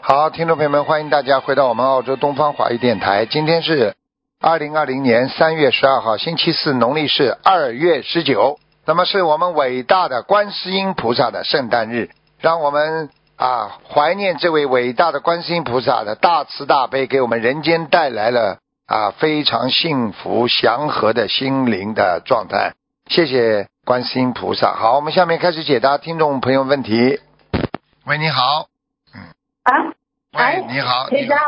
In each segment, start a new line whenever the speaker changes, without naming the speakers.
好，听众朋友们，欢迎大家回到我们澳洲东方华语电台。今天是二零二零年三月十二号，星期四，农历是二月十九。那么是我们伟大的观世音菩萨的圣诞日，让我们啊怀念这位伟大的观世音菩萨的大慈大悲，给我们人间带来了啊非常幸福祥和的心灵的状态。谢谢观世音菩萨。好，我们下面开始解答听众朋友问题。喂，你好。
啊，
喂
哎，
你好，
队
你好
长，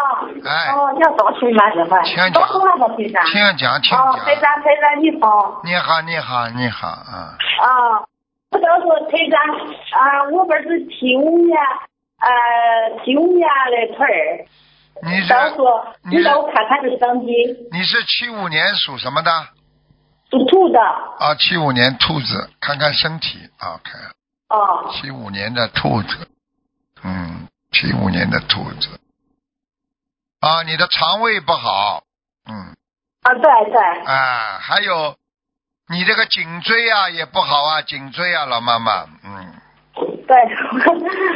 哎
哦，要找去嘛，怎么？
请
多
讲
说那个队长。
听我讲，听我
哦，队
讲。
长，队长你好，
你好，你好，你好，啊，
啊，我告诉队长，啊，我们是九年，呃，九年的腿儿，
你
到时
是
候
你
你让我看看这个相机，
你是七五年属什么的？
属兔的，
啊，七五年兔子，看看身体，OK，
哦，
七五年的兔子，嗯，七五年的兔子，啊，你的肠胃不好，嗯，
啊，对对，
啊，还有你这个颈椎啊也不好啊，颈椎啊，老妈妈，嗯，
对，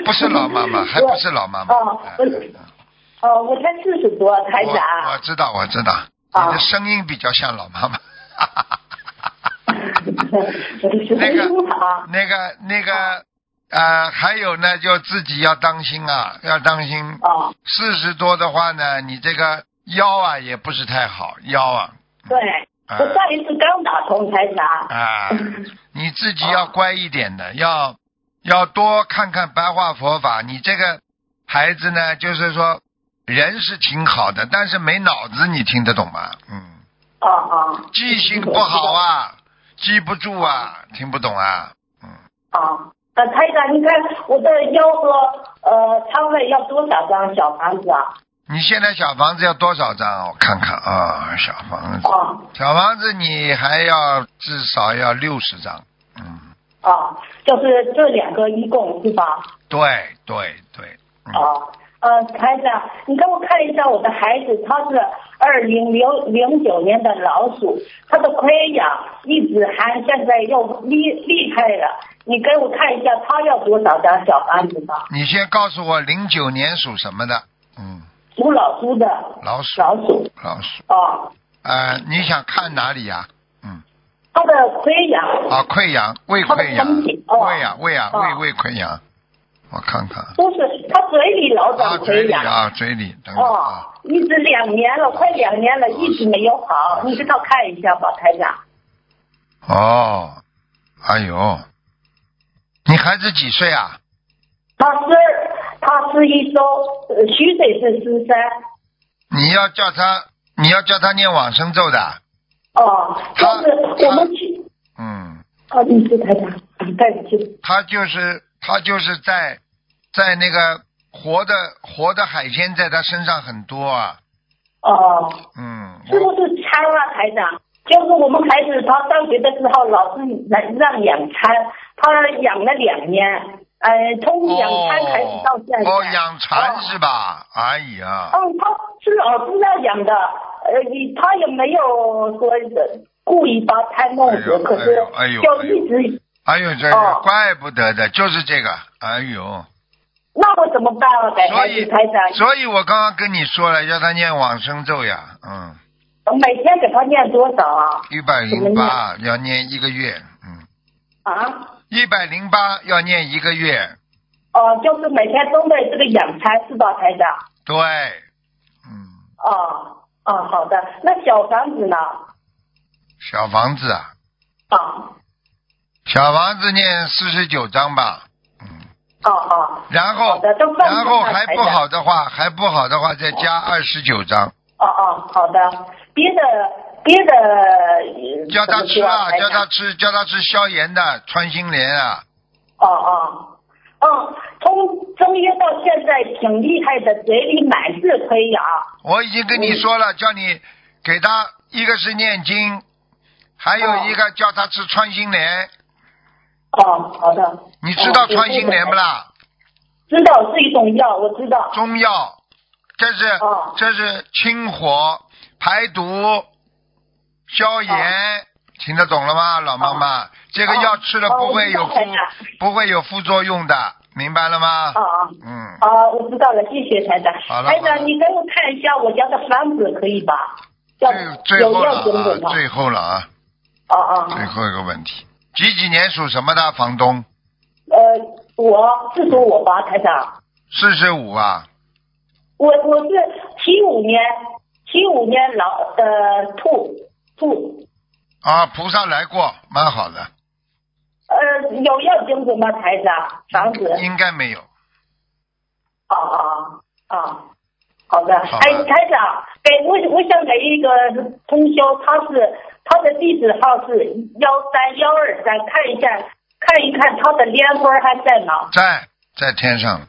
不是老妈 妈，还不是老妈妈，
哦
哎
不是
哎哎
我，哦，我才四十多，台
我
长，
我知道，我知道，
啊
你的声音比较像老妈妈。
那啊，
那个那个，呃，还有呢，就自己要当心啊，要当心。
哦，
四十多的话呢，你这个腰啊也不是太好，腰啊
对，
啊
我上一次刚打通台长，
啊，你自己要乖一点的，要要多看看白话佛法。你这个孩子呢，就是说人是挺好的，但是没脑子，你听得懂吗？嗯。
哦哦，
记性不好啊，记不住啊，听不懂啊。
啊，那台长，你看我的腰和呃肠胃要多少张小房子啊？
你现在小房子要多少张？我看看啊，小房子，
啊
小房子你还要至少要六十张。嗯，
啊，就是这两个一共是吧？
对对对，嗯，
啊，呃，台长，你给我看一下我的孩子，他是二零零零九年的老鼠，他的溃疡一直还现在又厉厉害了，你给我看一下他要多少张小房子吧？
你先告诉我零九年属什么的？嗯，
属老鼠的
老鼠，
老鼠
老鼠。
啊，
呃，你想看哪里呀、嗯，
他的溃疡
啊，溃疡，胃
他的
溃疡，
身体哦
胃啊，胃啊，
哦
胃胃溃疡，我看看。
都是他嘴里老
啊，
长
嘴
溃
里
疡。
啊，嘴里，等等啊
哦。，一直两年了，快两年了，一直没有好，
嗯
你给他看一下吧，台长。
哦，哎呦，你孩子几岁啊？
他是他是一周，呃虚岁是十三，
你要叫他，你要叫他念往生咒的。
哦，就是我们去，
嗯，
哦，你是台长，嗯对不起，
他就是他就是在在那个活的活的海鲜在他身上很多啊。
哦，
嗯，
是
我
不是餐啊，台长？就是我们孩子他上学的时候，老师让让养餐，他养了两年，呃，从养餐开始到现在。
哦，养蚕
哦
是吧？哎呀，
嗯，他是老师那养的，呃，你他也没有说的故意把他弄死，
哎呦
可是
哎呦
就
哎呦
一直，
哎呦，这
哦
个怪不得的，就是这个，哎呦。
那我怎么办啊？改
所
孩
以
子台长，
所以我刚刚跟你说了，要他念往生咒呀，嗯，
我每天给他念多少啊？
一百
怎么
零八
念
要念一个月，嗯，
啊？
一百零八要念一个月，
哦、就是每天都在这个养蚕是吧，台长？
对，嗯，
哦、哦、好的。那小房子呢？
小房子啊，
啊
小房子念四十九章吧，嗯，
哦哦
然
好
后
的都放
然后
在那
还
台
不
上
好的话，还不好的话再加二十九章，
哦哦，好的。别的别的，呃
叫他
怎么
吃
说
啊，
台
叫
长
他吃，叫他吃消炎的穿心莲啊，
哦哦，哦，从中医到现在挺厉害的，嘴里满是溃疡。
我已经跟你说
嗯
了，叫你给他一个是念经，还有一个叫他吃穿心莲。
哦，好的。
你知道穿心莲不
了？
啦？
知道是一种药，我知道。
中药，这是
哦
这是清火、排毒、消炎，听得懂了吗，老妈妈？这个药吃了
哦
不会有
我
副
知道了
不会有副作用的，明白了吗？
哦哦
嗯，
哦，我知道了，谢谢台长。
好了
台
好了
长，你给我看一下我家的房子可以吧？要
最最
有
后
要整
了
整吗
啊，？最后了啊，
哦哦，
最后一个问题，几几年属什么的房东？
呃，我是说我吧，台长，
四十五啊，
我我是七五年，七五年老呃兔兔，
啊，菩萨来过，蛮好的，
呃，有要整整吗，台长？房子？
应该没有。
哦哦哦，好的。
好吧
哎，台长，给我我想给一个同修，他是他的地址号是幺三幺二三，看一下看一看他的莲花还在吗？
在在天上。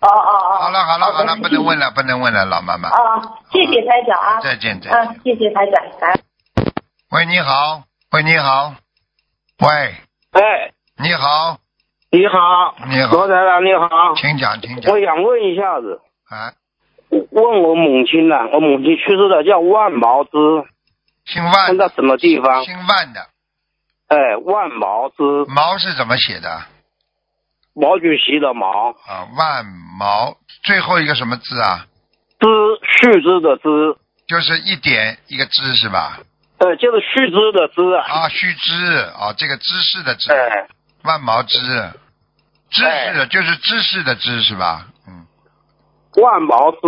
哦哦哦。
好了好了好了，不能问
了。
了不能问了，老妈妈。
啊，谢谢台长啊。
再见再
啊
见。，
谢谢台长，感恩
喂，你好，喂，你好，喂，
哎，
你好，
你好，
你好
罗台长，你好，
请讲请讲
我。想问一下子，
啊，
问我母亲呢、我母亲去世的叫万毛之，
姓万
分
的
到，什么地方？
姓万的，
哎，万毛之，
毛是怎么写的
毛主席的毛，
啊？万毛最后一个什么字啊？
之须知的知，
就是一点一个之是吧？
呃，就是须知的知啊。
啊，须知啊，这个知识的知，
哎，
万毛知，知识
哎
就是知识的知是吧？嗯，
万毛之，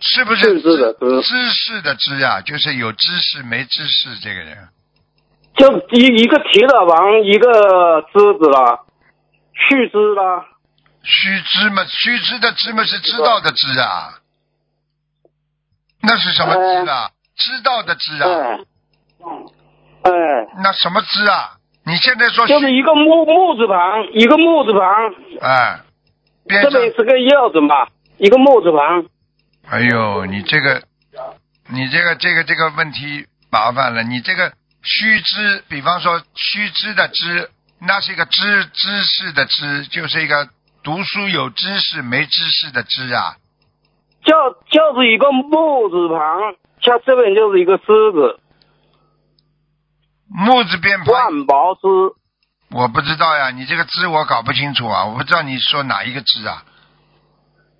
是不是
知识的知，
知识的知啊，就是有知识没知识这个人。
就一一个提的王，一个之子了，须知啦，
须知嘛，须知的知嘛是知道的知啊，那是什么知啊？知道的知啊，
哎，哎。
那什么知啊？你现在说
就是
须
一个木木字旁，一个木字旁，
哎，边
这
上，
边是个柚子嘛，一个木字旁。
哎呦，你这个，你这个这个这个问题麻烦了，你这个须知，比方说须知的知，那是一个知知识的知，就是一个读书有知识没知识的知啊，
就就是一个木字旁，像这边就是一个狮子，
木字边旁
万宝狮，
我不知道呀，你这个知我搞不清楚啊，我不知道你说哪一个知啊，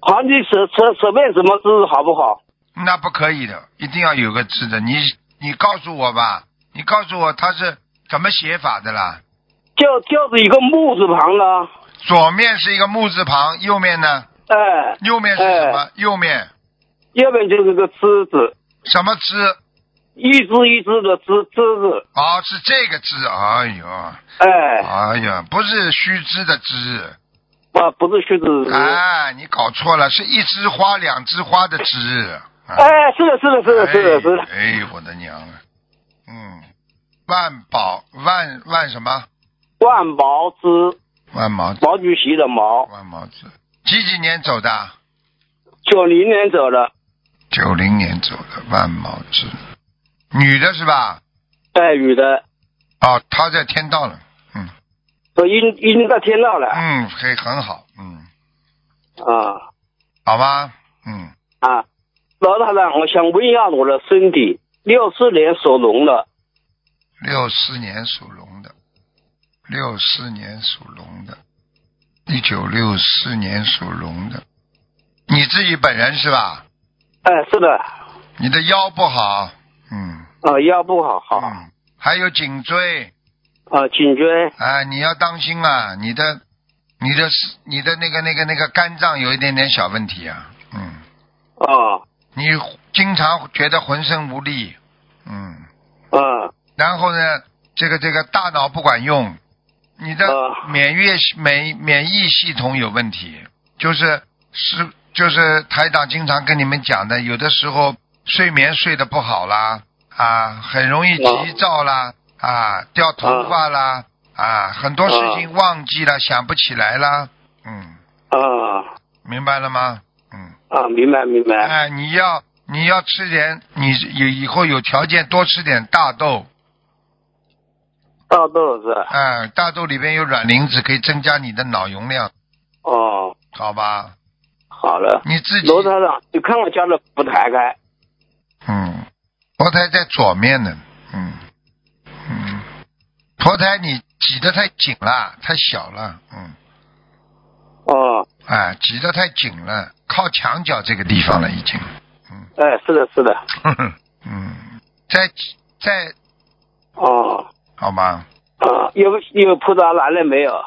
好，你随随随便什么狮好不好？
那不可以的，一定要有个知的。你你告诉我吧，你告诉我它是怎么写法的啦？
就就是一个木字旁啊了，
左面是一个木字旁，右面呢？
哎，
右面是什么？右面
右边就是个狮子，
什么知？
一只一只的狮狮子，
哦，是这个知。哎呦，
哎，
哎呀，不是须知的知，
啊，不是须知的知，
哎，你搞错了，是一枝花两枝花的枝。啊
哎，是的，是的，是的，是的，是的，
哎。哎，我的娘啊！嗯，万宝万万什么？
万毛之，
万毛
毛主席的毛，
万毛子，几几年走的？
九零年走的。
九零年走的万毛子，女的是吧？
带雨的，
哦，她在天道了。嗯
我已经已经在天道了
嗯，很很好，嗯，
啊
好吧，嗯，
啊！老大长，我想问一下我的身体，六四年属龙的，
六四年属龙的，六四年属龙的，一九六四年属龙的，你自己本人是吧？
哎，是的，
你的腰不好，嗯，
啊，腰不好，好
嗯，还有颈椎，
啊，颈椎，
啊，你要当心啊，你的、你的、你的那个、那个、那个肝脏有一点点小问题啊，嗯，
啊
你经常觉得浑身无力，嗯，
啊
然后呢，这个这个大脑不管用，你的
啊
免疫免免疫系统有问题，就是是就是台长经常跟你们讲的，有的时候睡眠睡得不好啦，啊，很容易急躁啦，啊，掉头发啦，啊，很多事情忘记了，想不起来啦，嗯，
啊
明白了吗？嗯，
啊，明白明白，
哎，你要你要吃点，你以以后有条件多吃点大豆。
大豆是吧，
哎，大豆里边有卵磷脂，可以增加你的脑容量，
哦，
好吧？
好了，
你自己，
罗台长，你看我家的佛台开，
嗯，佛台在左面呢，嗯嗯，佛台你挤得太紧了，太小了，嗯，
哦，
啊，挤得太紧了，靠墙角这个地方了已经。 嗯
哎，是的，是的，
呵呵，嗯，再挤再
哦，
好吗？
啊，有有菩萨来了没有？哦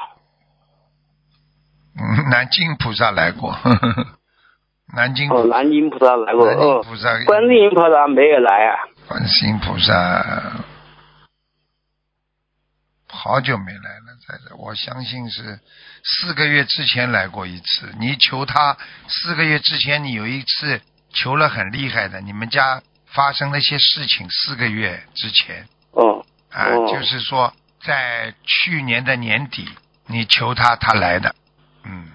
嗯，南京菩萨来过， 呵呵呵南京、
哦，南京菩萨来过，
嗯南京
哦，
菩萨，
观世音菩萨没有来啊。
观世音菩萨好久没来了，在这，我相信是四个月之前来过一次。你求他四个月之前，你有一次求了很厉害的，你们家发生了一些事情，四个月之前
哦，
啊，
哦
就是说在去年的年底，你求他，他来的，嗯。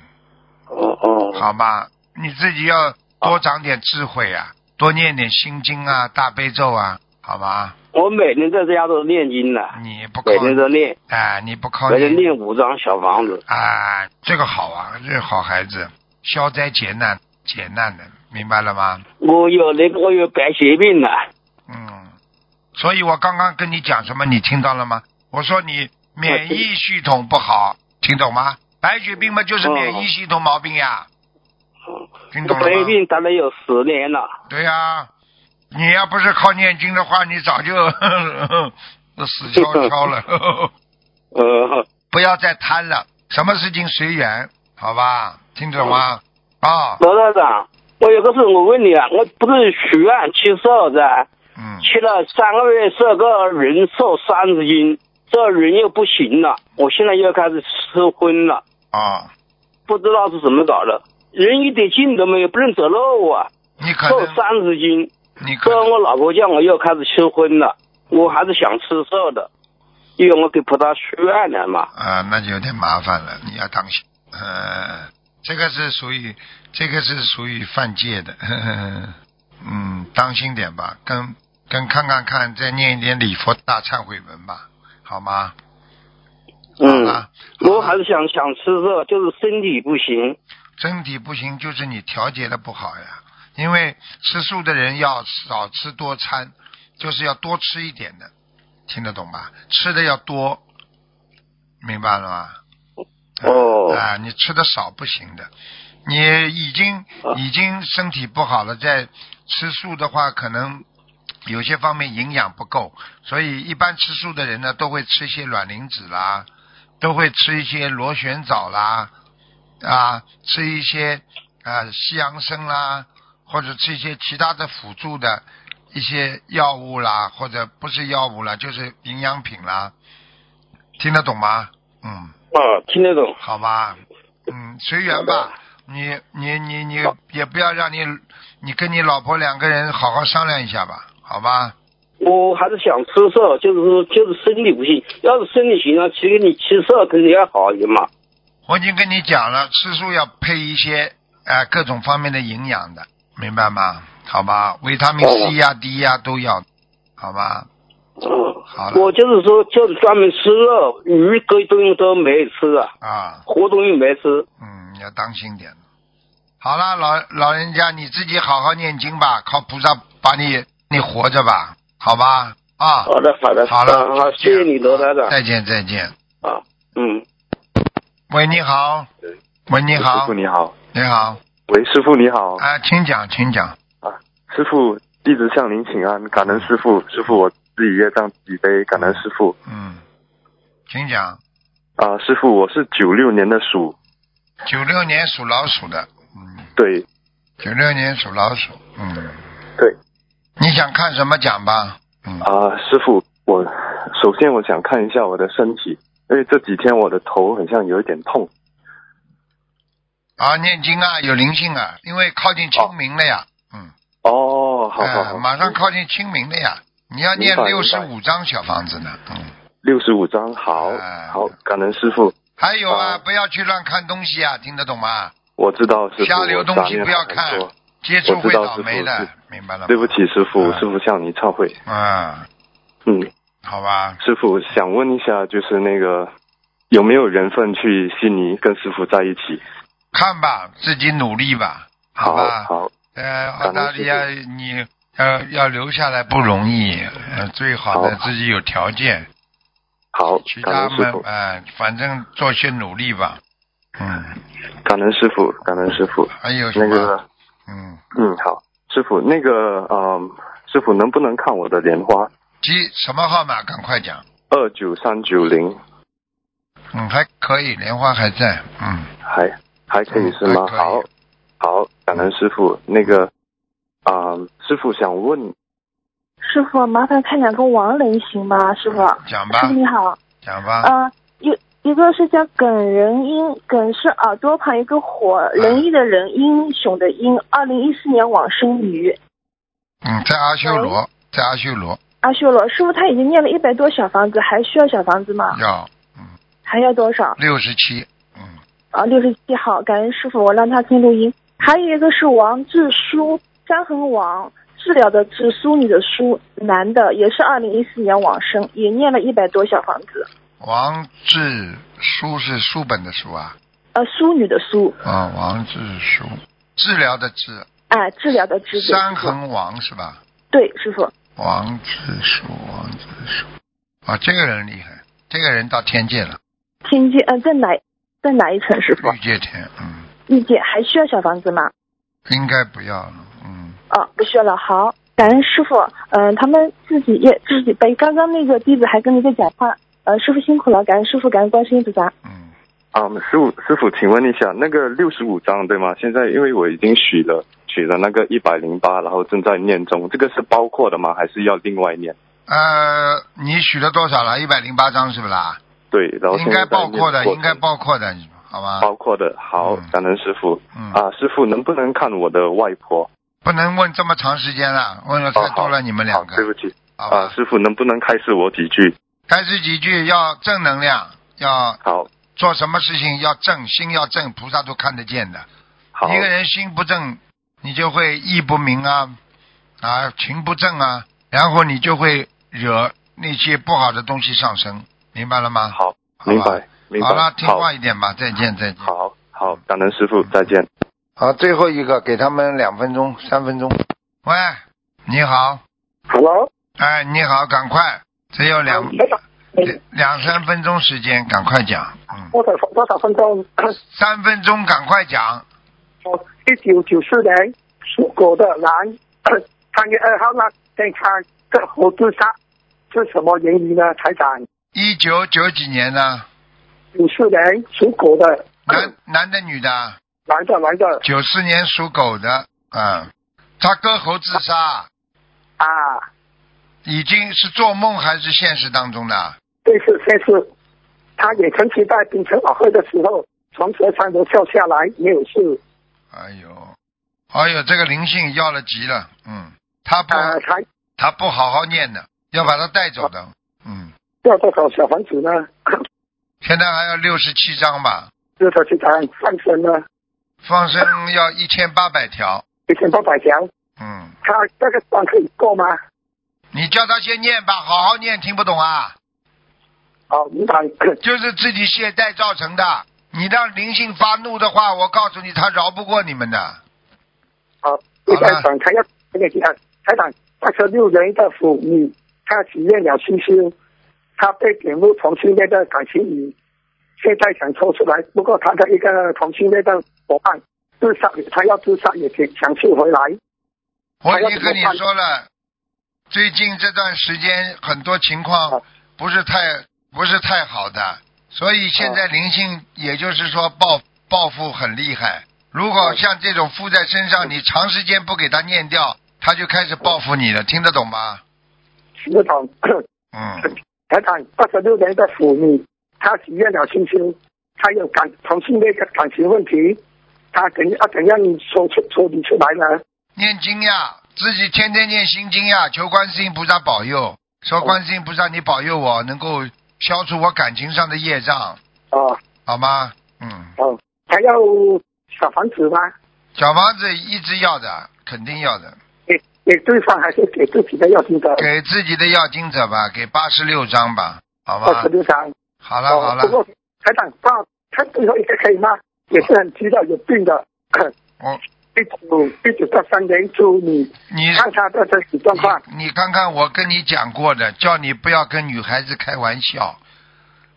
哦哦，
好吧，你自己要多长点智慧啊，多念点心经啊、大悲咒啊，好吧？
我每天在家都念经呢，
你不靠
每天都念，
哎、你不靠
每天
念
念五张小房子。
哎、这个好啊，这个好孩子，消灾解难解难的，明白了吗？
我有那个，我有白血病了。
嗯，所以我刚刚跟你讲什么，你听到了吗？我说你免疫系统不好，听懂吗？白血病嘛，
嗯
就是免疫系统毛病呀，听懂了吗？
白血病大概有十年了。
对呀、你要不是靠念经的话，你早就 死翘翘了。
呃，
不要再贪了，什么事情随缘，好吧？听懂吗？啊、
罗道长，我有个事我问你啊，我不是许愿吃寿的，
嗯，
吃了三个月这个人瘦三十斤，这人又不行了，我现在又开始吃荤了，
啊，
不知道是怎么搞的，人一点劲都没有，不能走路啊，
你可
瘦
能，
三十斤。
你可
虽然
能，
我老婆叫我又开始吃荤了，我还是想吃瘦的，因为我给葡萄许愿了嘛。
啊，那就有点麻烦了，你要当心。呃，这个是属于，这个是属于犯戒的。嗯，当心点吧，跟跟看看看，再念一点礼佛大忏悔文吧，好吗？
嗯
好，吧
我还是想想吃肉，就是身体不行。
身体不行，就是你调节的不好呀。因为吃素的人要少吃多餐，就是要多吃一点的，听得懂吧？吃的要多，明白了吗？
哦
啊，你吃的少不行的，你已经已经身体不好了，再吃素的话，可能有些方面营养不够，所以一般吃素的人呢，都会吃一些卵磷脂啦，都会吃一些螺旋藻啦，啊，吃一些啊西洋参啦，或者吃一些其他的辅助的一些药物啦，或者不是药物啦，就是营养品啦，听得懂吗？嗯。
啊，听得懂。
好吧，嗯，随缘吧。你你你你也不要让你你跟你老婆两个人好好商量一下吧，好吧？
我还是想吃瘦，就是说就是身体不行。要是身体行了，其实你吃瘦肯定要好一点嘛。
我已经跟你讲了，吃素要配一些呃各种方面的营养的，明白吗？好吧，维他命 C 呀、D 呀、都要，好吧？
嗯，
哦好了
我就是说就是专门吃肉，鱼各东西都没吃啊，
啊，
活东西没吃。
嗯，要当心点。好了，老老人家，你自己好好念经吧，靠菩萨把你你活着吧，好吧？啊，
好的，好的，
好了，
啊好，谢谢你，罗台长
再见，再见。
啊，嗯。
喂，你好。喂，你
师
好
傅，你好，
你好，
喂，师傅你好，啊
啊，请讲，请讲。
师傅弟子向您请安，感恩师傅，师傅我自己业障自己背，感恩师傅
嗯，请讲。
啊、师傅我是九六年的鼠，
九六年属老鼠的，嗯，
对
九六年属老鼠，嗯，
对
你想看什么讲吧？嗯，
啊、师傅我首先我想看一下我的身体，因为这几天我的头很像有一点痛，
啊，念经啊，有灵性啊，因为靠近清明了呀，嗯，
哦，好好
呃
好，
马上靠近清明了呀，你要念
明白
六
明
十
白
五张小房子呢，嗯，
六十五张，好
哎
好，感恩师傅，
还有啊，
好
不要去乱看东西啊，听得懂吗？
我知道师傅，
瞎留
我
东
杂
西
念
不要
很
看
多
接触
我知
会
道
倒
师傅
霉的
是，
明白了吗？
对不起师傅，
嗯
师傅向您忏悔，
啊，
嗯。
好吧，
师傅想问一下，就是那个有没有缘分去悉尼跟师傅在一起？
看吧，自己努力吧，
好
吧。
好
呃，澳大利亚你要要留下来不容易，呃，最好的
好
自己有条件，
好
其，
感
他
恩师
们呃
傅。
哎、反正做些努力吧，嗯，
感恩师傅，感恩师傅。
还有什
那
么？
个，
嗯，
嗯，好，师傅，那个，嗯，师傅能不能看我的莲花？
几什么号码？赶快讲。
二九三九零，
嗯，还可以，莲花还在。嗯，
还还可以是
嗯还
吗？
可以
好，好，感恩师傅。那个，啊、师傅想问，
师傅，麻烦看两个亡人行吗？师傅，师
讲吧
傅，你好，
讲吧。
呃，一一个是叫耿仁英，耿是耳朵旁一个火，仁义的仁，英雄的英，二零一四年往生女，
嗯，在阿修罗，在阿修罗
阿修罗师傅他已经念了一百多小房子，还需要小房子吗？
要
还要多少？
六十七。嗯，
啊，六十七号，感恩师傅，我让他听录音。还有一个是王志书，三横王，治疗的治，淑女的淑，男的，也是二零一四年往生，也念了一百多小房子。
王志书是书本的书啊。
呃，淑女的淑，
啊、王志书，治疗的治，
哎，治疗的治。对
三
师傅
横王是吧？
对，师傅，
王志书，王志书。啊，这个人厉害，这个人到天界了，
天界，嗯、在哪在哪一层？师傅
欲，界天。嗯，
玉界还需要小房子吗？
应该不要了。嗯，
啊，不需要了。好，感恩师傅。嗯、他们自己也自己背。刚刚那个弟子还跟您在讲话，呃，师傅辛苦了，感恩师傅，感恩观世音菩萨。
嗯，
啊、师傅，师傅，请问一下，那个六十五章对吗？现在因为我已经许了许了那个一百零八，然后正在念中，这个是包括的吗？还是要另外念？
呃，你许了多少了？一百零八张是不啦？
对，然后
应
现
该
在在
包
念
括的，
过
应该
程
包括的，好吧？
包括的。好
嗯，
感恩师傅。
嗯，
啊，师傅，能不能看我的外婆？
不能问这么长时间了，问了太多了，你们
啊好
两，个
对，不起
好
啊，
吧？
师傅，能不能开示我几句？
开始几句要正能量，要
好，
做什么事情要正，心要正，菩萨都看得见的。
好，
一个人心不正，你就会意不明啊，啊，情不正啊，然后你就会惹那些不好的东西上升，明白了吗？
好，
好吧
明白，明白。
好了，听
好
话一点吧，再见，再见。
好好，感恩师傅，再见。
好，最后一个，给他们两分钟、三分钟。喂，你好，
Hello，
哎，你好，赶快，只有两
台长，
两两三分钟时间，赶快讲，嗯，
多少多少分钟？
三分钟，赶快讲，
我一九九四年属狗的 男，三月二号那天看这猴自杀，是什么原因呢？台长，
一九九几年呢？
九四年属狗的
男男的啊女的？
男的男的
九四年属狗的，嗯，他割喉自杀，
啊，
已经是做梦还是现实当中的？
这次这次，他也曾经在冰城晚会的时候从车上都跳下来，没有事
哎呦，哎呦，这个灵性要了急了，嗯，他不、
啊，他
他不好好念的，要把他带走的，嗯，
要多少小房子呢？
现在还要六十七章吧，
多少去谈上升呢？
放生要一千八百条，
一千八百条，
嗯，
他这个关可以过吗？
你叫他先念吧，好好念，听不懂啊？
哦，明白。
就是自己懈怠造成的，你让灵性发怒的话，我告诉你，他饶不过你们的。
好，一台长，他要那个讲，台长，他是六人的妇女，他体验了信心，他被贬入同性恋的感情里，现在想抽出来，不过他的一个同性恋的伙伴自杀，他要自杀也给强制回来。
我已经跟你说了，最近这段时间很多情况
啊
不是太不是太好的，所以现在灵性也就是说报报复很厉害。如果像这种附在身上，你长时间不给他念掉，他就开始报复你了，听得懂吗？
听得懂？
嗯，
台长，二十六年的妇女，她体验了信心，她有感同性恋的感情问题，她怎样怎样说出说理出来呢？
念经呀，自己天天念心经呀，求观世音菩萨保佑，说观世音菩萨你保佑我能够消除我感情上的业障，
哦
好吗？嗯。
哦，还要小房子吗？
小房子一直要的，肯定要的，
给给对方还是给自己的要听的？
给自己的要经者吧，给八十六张吧，好
二
吧
十？六张。
好了
哦
好
不
了，
过台长，爸，他最后一个可以吗？也是很急的，有病的。
我
一九一九到三年初，你
你
看他的身体状
嗯
况。
你你看看我跟你讲过的，叫你不要跟女孩子开玩笑，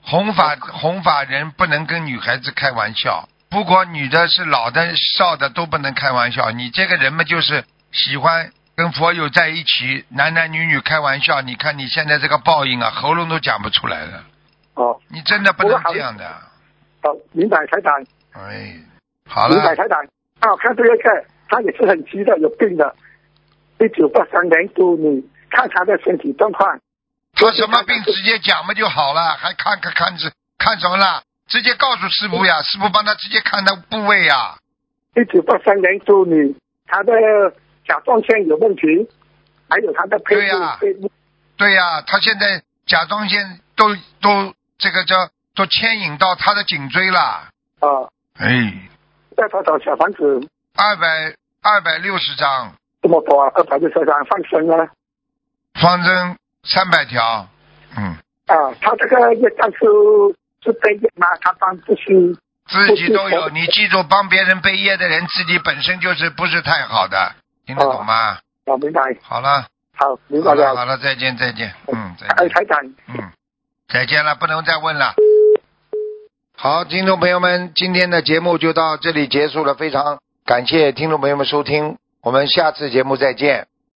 红
哦
法红法人不能跟女孩子开玩笑，不管女的是老的少的都不能开玩笑。你这个人嘛，就是喜欢跟佛友在一起，男男女女开玩笑。你看你现在这个报应啊，喉咙都讲不出来了。
哦，
你真的不能这样的。啊
好，明白台长，
哎，好
明白
了，
台长。啊，我看这个个，他也是很急的，有病的，一九八三年度你看他的身体状况。
他什么病直接讲嘛就好了，还看看看是看什么啦？直接告诉师傅呀，
嗯
师傅帮他直接看他部位呀。
一九八三年度你他的甲状腺有问题，还有他的肺
对
部、
呀
肺部
对呀、他现在甲状腺都都这个叫都牵引到他的颈椎了。
啊，
哎，
在他找小房子
二百二百六十张，
这么多啊，二百六十张放生啊了
方针三百条，嗯，
啊，他这个业障是是被业吗？他帮不是
自己都有。
不是
你记住，帮别人背业的人，自己本身就是不是太好的，听得懂吗？
我明白，
好了，
好明
好
白
了，好
了。
了，再见，再见，嗯，再
哎，
见。
台长，
嗯，再见了，不能再问了。好，听众朋友们，今天的节目就到这里结束了，非常感谢听众朋友们收听，我们下次节目再见。